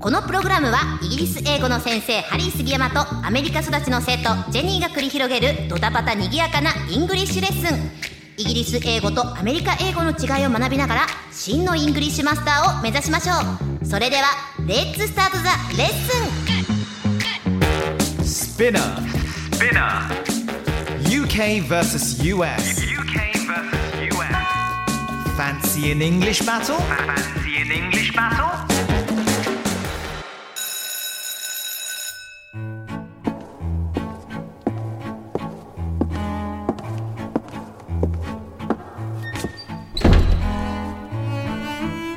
このプログラムはイギリス英語の先生ハリー杉山とアメリカ育ちの生徒ジェニーが繰り広げるドタパタにぎやかなイングリッシュレッスンイギリス英語とアメリカ英語の違いを学びながら真のイングリッシュマスターを目指しましょうそれではレッツスタートザレッスン Spinner. Spinner. UK versus US. UK versus US. Fancy an English battle? Fancy an English battle?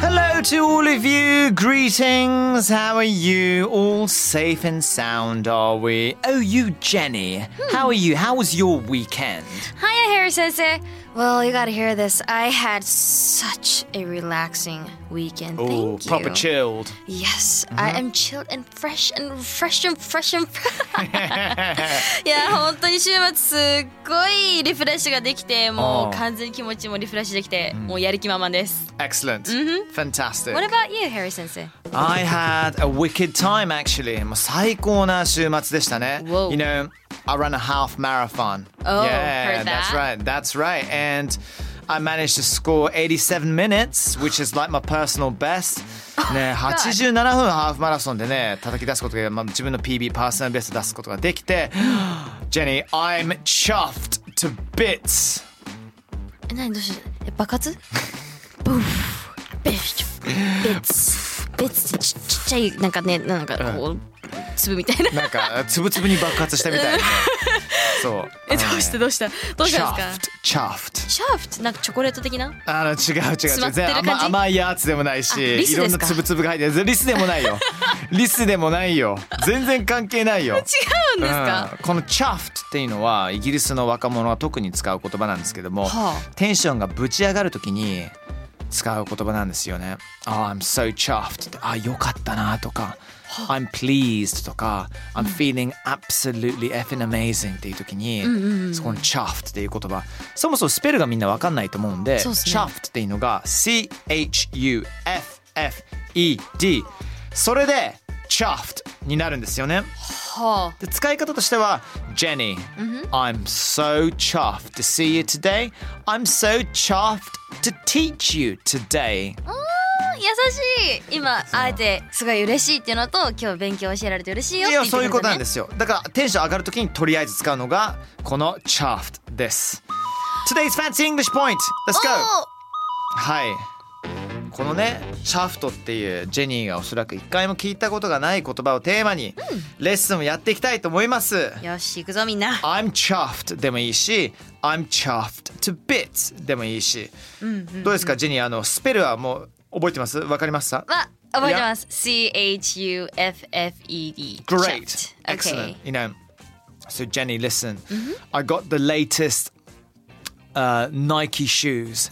Hello to all of you. Greetings. How are you? All safe and sound, are we? Oh, you, Jenny. How are you? How was your weekend? Hiya, Harry Sensei. Well, you gotta hear this. I had such a relaxing weekend. Thank you. proper chilled. Yes, I am chilled and fresh and fresh and fresh and. いや本当に週末すっごいリフレッシュができて、もあうー完全に気持ちもリフレッシュできて、もうやる気満々です。 Excellent. Fantastic. Mm-hmm. What about you, Harry Sensei? I had a wicked time actually. もう最高な週末でしたね。 Whoa. You know, I ran a half marathon. Oh, yeah, heard that. that's right. That's right. And I managed to score 87 minutes, which is like my personal best. Oh, ね、87分ハーフマラソンでね、叩き出すことが、まあ、自分の PB パーソナルベスト出すことができて、Jenny, I'm chuffed to bits. え、何どうしてえ爆発？ブー、ベッチョ、ベッツ、ベッツってちちっちゃいなんかねなんかこう粒みたいな。なん か、つぶつぶに爆発したみたいな。そう。えどうしてどうしたどうしたんですか chuffed, chuffed. シャーフってなんかチョコレート的なあの違う違う詰ま違うってる全感じ甘甘いやつでもないあしリスいろんですなかつぶつぶが入ってるリスでもない よリスでもないよ全然関係ないよ違うんですか、この「チャフト」っていうのはイギリスの若者が特に使う言葉なんですけども、はテンションがぶち上がるときに使う言葉なんですよね「あ I'm so chuffed」って「あよかったな」とか「I'm pleased」とか「I'm feeling absolutely effing amazing」っていうときに、そこの「chuffed」っていう言葉そもそもスペルがみんなわかんないと思うんで「そうっすね chuffed」っていうのが「CHUFFED」それで「chuffed」になるんですよね。はで使い方としては Jenny、I'm so chuffed to see you today I'm so chuffed to teach you today あ優しい今あえてすごい嬉しいっていうのと今日勉強教えられて嬉しいいよってやそういうことなんですすよだからテンション上がるときにとりあえず使うのがこの chuffed です Today's fancy English point Let's go はいこのね「シャフト」っていうジェニーがおそらく一回も聞いたことがない言葉をテーマにレッスンをやっていきたいと思います、よし行くぞみんな I'm chuffed でもいいし I'm chuffed to bits でもいいし、どうですかジェニーあのスペルはもう覚えてますわかりますかは覚えてます CHUFFED Great Chuffed. excellent Okay you know so Jenny listen、I got the latest、uh, Nike shoes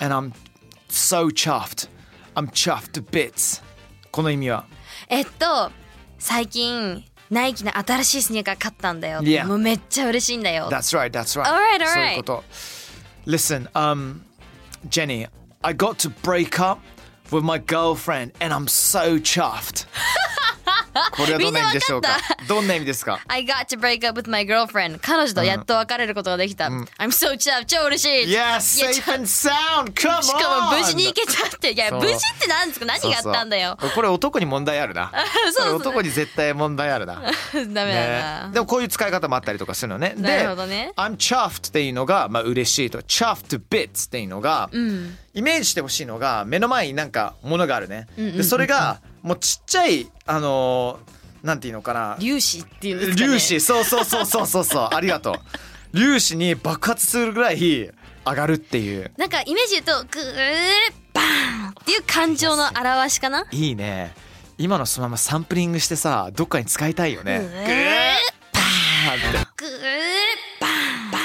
and I'm so chuffed I'm chuffed to bits この意味はえっと最近ナイキの新しいスニーカー買ったんだよ Yeah もうめっちゃ嬉しいんだよ That's right, that's right. All right, all そういう right. こと。Listen, um, Jenny, I got to break up with my girlfriend and I'm so chuffed. これはどんな意味でしょうかみんなわかどんな意味です か I got to break up with my girlfriend 彼女とやっと別れることができた I'm so chuffed 超嬉しい ?Yes, いやちょ safe and sound! Come on! しかも無事に行けたっていやそう無事ってなんですか何があったんだよそうそうこれ男に問題あるな。 そうそうこれ男に絶対問題あるな。 ダメだねな、でもこういう使い方もあったりとかするのね。でなるほどね I'm chuffed っていうのが、まあ、嬉しいと chuffed to bits っていうのが、イメージしてほしいのが目の前になんかものがあるね。でそれがもうちっちゃいあのーなんていうのかな粒子っていうんですかね粒子そうそうそうそうそうそう ありがとう粒子に爆発するぐらい上がるっていうなんかイメージ言うとグーバーンっていう感情の表しかないいね今のそのままサンプリングしてさどっかに使いたいよね、グーパぐーバンバ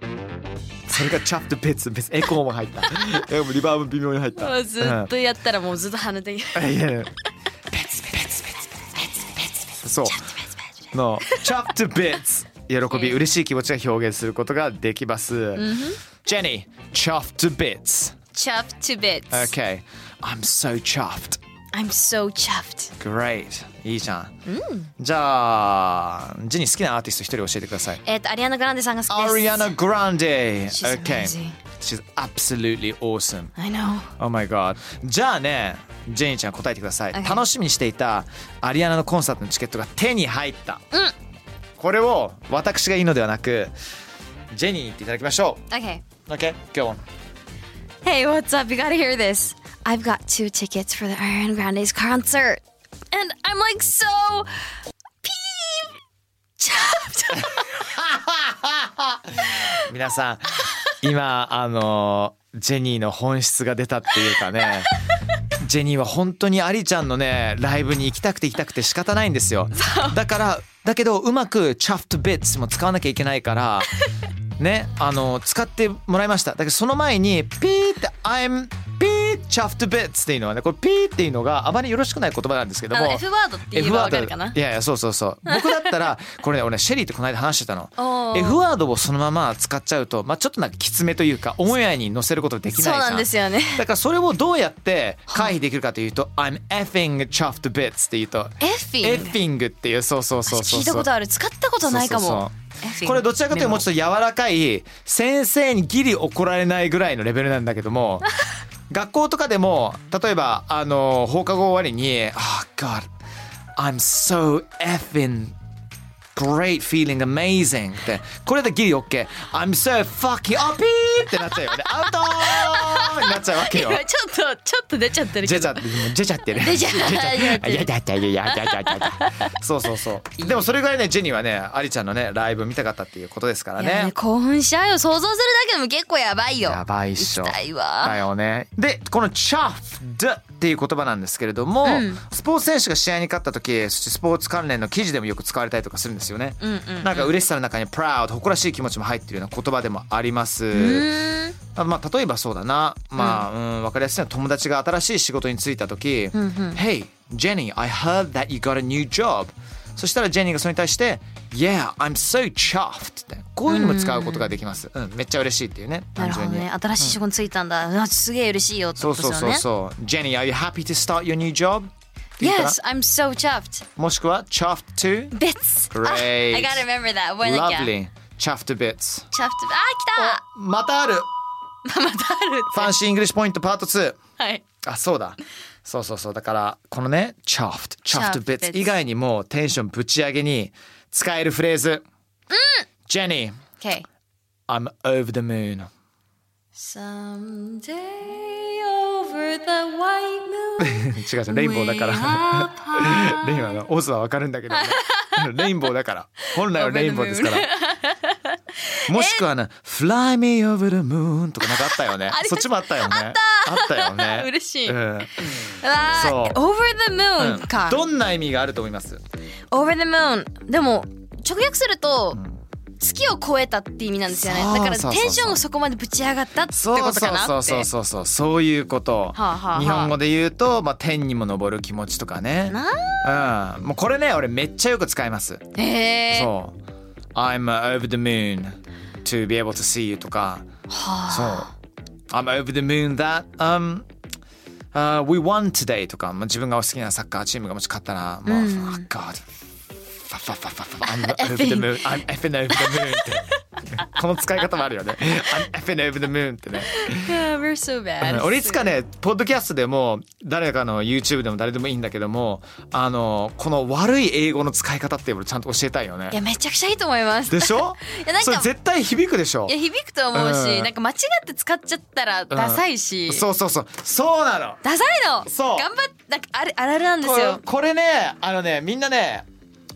ンバそれがチャフトベッツベッツエコーも 入ったでもリバーブ微妙に入ったンもうずっとやったらもうずっと跳ね ていうんいやいやそうのチャフトベッツ喜び嬉しい気持ちが表現することができますジェニーチャフトベッツ Chuffed to bits Okay I'm so chuffed I'm so chuffed Great いいじゃん、じゃあジェニー好きなアーティスト一人教えてくださいえっとアリアナ・グランデさんが好きです Ariana Grande She's amazing. She's absolutely awesome I know Oh my god じゃあねジェニーちゃん答えてください、楽しみにしていたアリアナのコンサートのチケットが手に入った、これを私がいいのではなくジェニーに言っていただきましょ Okay う OK go on Hey, what's up? You gotta hear this. I've got two tickets for the Ariana Grande's concert. And I'm like so peeved. Chopped. 皆さん今あのジェニーの本質が出たっていうかねジェニーは本当にアリちゃんのねライブに行きたくて行きたくて仕方ないんですよだからだけどうまく「チャフト・ビッツ」も使わなきゃいけないからねあの使ってもらいましただけどその前にピーって「I'm ピーチャフト・ビッツ」っていうのはねこれピーっていうのがあまりよろしくない言葉なんですけどあのも F ワードって言え F ばワわかーるドかないやいやそうそう そう僕だったらこれね俺ねシェリーとこの間話してたのおー F ワードをそのまま使っちゃうと、まあ、ちょっとなんかきつめというかオンエアに載せることできないじそゃうんなんですよね。だからそれをどうやって回避できるかというと「I'm effing chuffed bits」って言うと「 エッフィンエッフィング」っていうそうそうそうそう聞いたことある。使ったことないかそうそうもそう。エッフィンこれどちらかというともうちょっと柔らかい先生にギリ怒られないぐらいのレベルなんだけども学校とかでも例えばあの放課後終わりに「Oh God I'm so effing great feeling amazing」ってこれでギリ OK「I'm so fucking up!」ってなっちゃうよねアウトーになっちゃうわけよ今。 ちょっと、ちょっと出ちゃってるジけェジャど。ってジェ ジャってね。出ちゃういやいやいやいやいやいやいやいや。そうそうそう。でもそれぐらいねジェニーはねアリちゃんのねライブ見たかったっていうことですからいやねね。興奮しちゃうよ。想像するだけでも結構やばいよ。やばいっしょ。行きたいわだよね。でこのチャフドっていう言葉なんですけれども、スポーツ選手が試合に勝った時、そしてスポーツ関連の記事でもよく使われたりとかするんですよね。なんか嬉しさの中にプラウド誇らしい気持ちも入ってるような言葉でもあります。あまあ例えばそうだな、まあ、うん、わかりやすいのは友達が新しい仕事に就いた時、Hey, Jenny, I heard that you got a new job. そしたらジェニーがそれに対して、Yeah, I'm so chuffed ってこういうのも使うことができます。うん、めっちゃ嬉しいっていうね、単なるほ純どに。ね。新しい仕事に就いたんだ。うわすげえ嬉しいよってそこうとそうですそようね。そう。Jenny, are you happy to start your new job? って言ったら Yes, I'm so chuffed. もしくは chuffed to Bits. Great. I gotta remember that. When I get lovely chuffed to bits。 chuffed. あ、またある来た またあるファンシーイングリッシュポイントパート2。はい。あそうだそうそうそうだからこのね chuffed chuffed chuffed bits bits 以外にもテンションぶち上げに使えるフレーズ、ジェニー Okay. I'm over the moon Someday over the white moon. 違う違 うレインボーだから レインボーのオズはわかるんだ けど、ね、レインボーだから本来はレインボーです からもしくはね「Fly me over the moon」とか なんかあったよねそっちもあったよねあったよ ね嬉しいうんわーそう Over the う moon んか。どんな意味があると思います Over the moon。でも直訳すると。月を超えたって意味なんですよね。そうだからそうそうそうテンションがそこまでぶち上がったってことそうかなって。そうそうそうそうそうそういうこと、あはあはあ日本語で言うと、まあ、天にも昇る気持ちとかねうん、もうこれね俺めっちゃよく使います、へーそう「I'm over the moon to be able to see you」とかそう「I'm over the moon that um uh, we won today」とか、まあ、自分が好きなサッカーチームがもし勝ったらもう「fuck God」ファファファファファ I'm over the moon I'm effing over the moon ってこの使い方もあるよね I'm effing over the moon ってね We're so bad. 俺いつかねポッドキャストでも誰かの YouTube でも誰でもいいんだけどもあのこの悪い英語の使い方っていうのをちゃんと教えたいよねいやめちゃくちゃいいと思います。でしょいやなんかそれ絶対響くでしょ いや響くと思うし、うんなんか間違って使っちゃったらダサいし、そうそうそうそうなのダサいのそう頑張っなんかあれあるあるなんでこすれよこれねあのねみんなね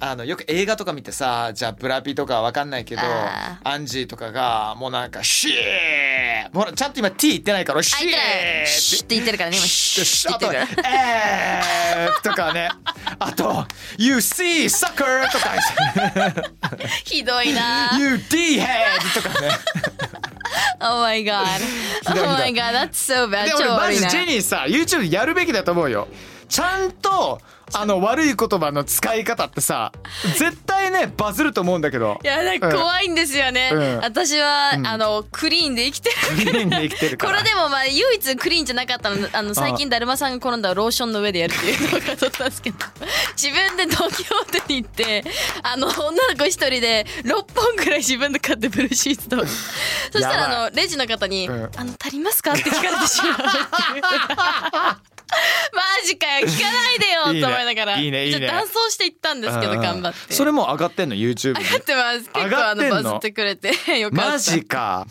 あのよく映画とか見てさじゃあブラピとかわかんないけどあアンジーとかがもうなんか「シー!」ほらちゃんと今 T 言ってないから「シー!」あシュッて言ってるからね今シュシッあてと言ってる「からえー!」とかねあと「You see sucker!」とかひどいな「You D head!」とかね Oh my god ひどい Oh my god that's so bad で超俺マ悪いジなジェニーさ YouTube やるべきだと思うよちゃんとあの悪い言葉の使い方ってさ絶対ねバズると思うんだけどいやなんか怖いんですよね、うん私は、あのクリーンで生 きてるクリーンで生きてるかこられでもまあ唯一クリーンじゃなかったのあの最近だるまさんが転んだローションの上でやるっていう動画撮ったんですけど 自分で東京でに行ってあの女の子一人で6本くらい自分で買ってブルーシーツと そしたやばいらあのレジの方に「うんあの足りますか?」って聞かれてし まうっていうマジかよ聞かないでよと思いながらいいねいいねいいねちょっと断層していったんですけどうん頑張ってそれもう上がってんの YouTube に上がってます結上構があってんののバズってくれて よかったマジか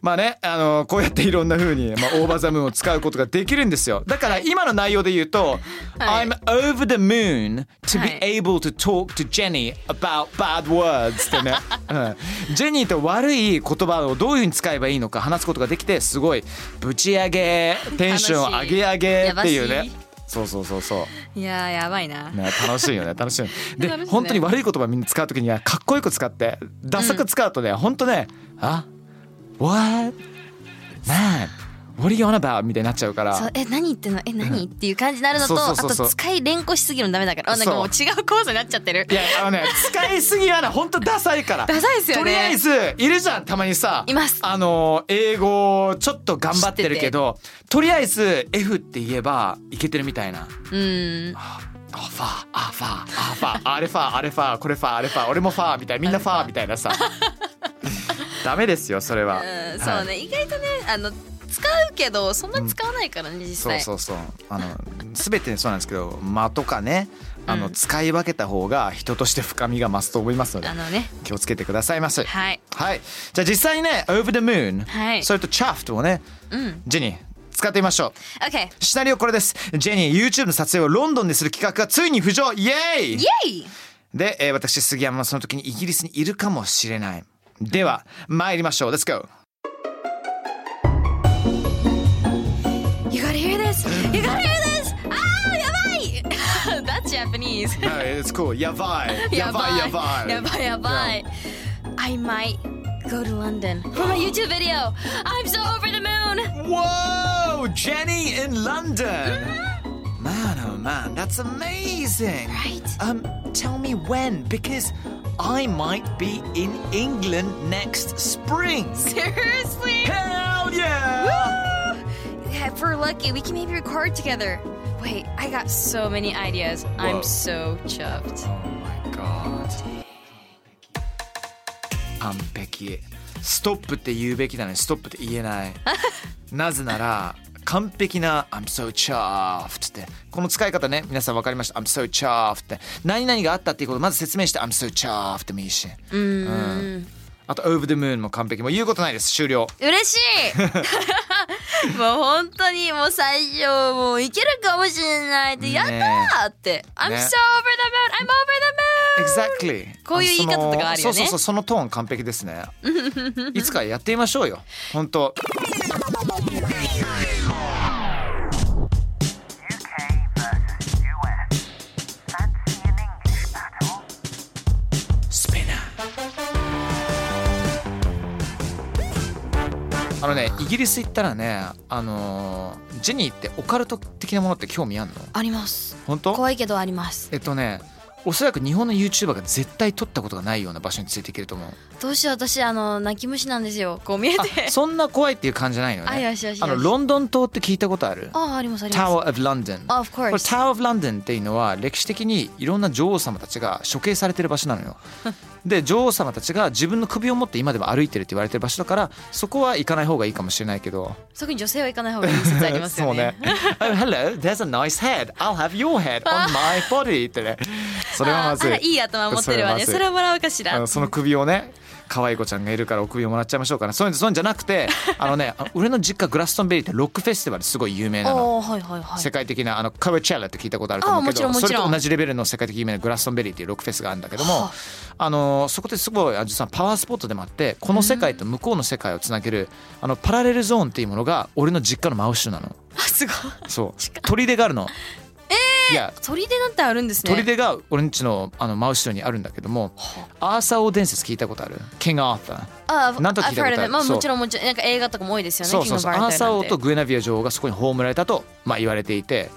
まあねあのこうやっていろんな風にまあオーバーザムーンを使うことができるんですよだから今の内容で言うと、はい I'm over the moon to は be い able to talk to Jenny about bad words ってね、うん、ジェニーと悪い言葉をどういう風に使えばいいのか話すことができてすごいぶち上げテンション上げ上げっていう楽ねしいそうそうそうそういやーやばいな、ね、楽しいよ ね楽しいよねで楽しいね本当に悪い言葉みんな使う時にはかっこよく使ってダサく使うとね、本当ねあ What man what are you on about みたいになっちゃうからそうえ何言ってんのえ何っていう感じになるのとそうそうそうそうあと使い連呼しすぎるのダメだからあなんかもうそ違う講座になっちゃってるいやあのね使いすぎはね本当ダサいからダサいっすよねとりあえずいるじゃんたまにさいますあの英語ちょっと頑張ってるけどとりあえず F って言えばいけてるみたいなうんあファーあファーあファーあれファーあれファーこれファーあれファー俺もファーみたいなみんなファーみたいなさ ダメですよそれは、うんそうね、はい意外とねあの使うけどそんなに使わないからね実そう際そうそうあの全てそうなんですけど間とかねあの、うん使い分けた方が人として深みが増すと思いますのであのね気をつけてくださいませい、はいはい、じゃあ実際にね Over the Moon、はいそれと Chaft をねうんジェニー使ってみましょう OK シナリオこれですジェニー YouTube の撮影をロンドンでする企画がついに浮上イエーイイエイで、えー私杉山はその時にイギリスにいるかもしれないでは参りましょう Let's go You gotta hear this You gotta hear this あーやばい That's Japanese It's cool やばいやばいやばいやばいやばい I might go to London for my YouTube video I'm so over the moon Whoa Jenny in London Man oh man that's amazing Right. Um tell me when because I might be in England next spring Seriously? Hell yeah Yeah, if we're lucky, we can maybe record together. Wait, I got so many ideas. Whoa. I'm so chuffed. Oh my god 完璧ストップって言うべきなのにストップって言えない なぜなら完璧な「I'm so chuffed」ってこの使い方ね皆さん分かりました「I'm so chuffed」って何々があったっていうことをまず説明して「I'm so chuffed」でもいいしうんあと「Over the Moon」も完璧もう言うことないです終了 嬉しい もう本当にもう最初もういけるかもしれないって、ねえやったーって。I'm so over the moon! I'm over the moon! Exactly こういう言い方とかあるよねそのそうそうそうそのトーン完璧です ねいつかやってみましょうよ本当 UK versus US. Fancy an English battle? スペナーあのねイギリス行ったらねあのージェニーってオカルト的なものって興味あんのあります。本当怖いけどあります。えっとねおそらく日本の YouTuber が絶対撮ったことがないような場所についていけると 思うどうしよう私あの泣き虫なんですよ。こう見えて。あそんな怖いっていう感じじゃないのねあよしよしよしあのロンドン島って聞いたことあるああありますあります。 Tower of London Of これ course. タワー・オブ・ランドンっていうのは歴史的にいろんな女王様たちが処刑されてる場所な のよ。で女王様たちが自分の首を持って今でも歩いてるって言われてる場所だからそこは行かない方がいいかもしれないけど。特に女性は行かない方がいい説ありますよね。 そうね。oh, hello, there's a nice head. I'll have your head on my body ってね。それはまずいあらいい頭持ってるわねそそれれははもらおうかしあらのその首をね可愛い子ちゃんがいるからお首をもらっちゃいましょうかねそういうんそういうんじゃなく てあのねあの俺の実家グラストンベリーってロックフェスティバルすごい有名なの。おーはいはいはい世界的なあのカルチェラって聞いたことあると思うけどあもちろんもちそろんれと同じレベルの世界的有名なグラストンベリーっていうロックフェスがあるんだけどもあのそこですごいあ実はパワースポットでもあってこの世界と向こうの世界をつなげるあのパラレルゾーンっていうものが俺の実家の真後ろなのあすごいそう砦があるの。いや砦なんてあるんですね砦が俺んちのあの真後ろにあるんだけどもアーサー王伝説聞いたことあるキングアーサー。あなんと聞いたこ I've とある heard of it まあそうもちろんもちろんなんか映画とかも多いですよねそうそうそうキンアグーサー王とバグエナビア女王がそこに葬られたと、まあ、言われていて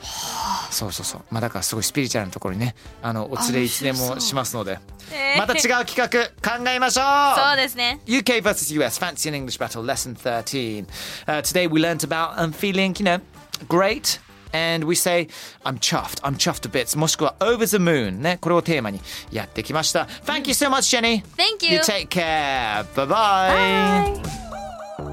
そうそうそうまあだからすごいスピリチュアルなところにねあのお連れいつでもしますのでルなんてまた違えう企画考えましょーそううですね UK versus US Fancy and English Battle Lesson 13. Uh, today we learnt about um, feeling, you know, great. And we say, I'm chuffed, I'm chuffed to bits. もしくは over the moon. ね、これをテーマにやってきました。Thank you so much, Jenny. Thank you. You take care. Bye bye.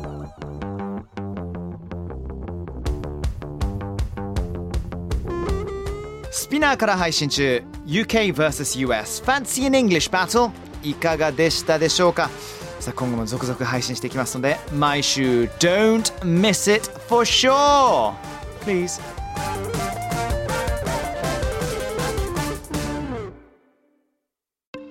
bye. スピナーから配信中 UK vs.US Fancy in English Battle いかがでしたでしょうかさあ今後も続々配信していきますので毎週 Don't miss it for sure Please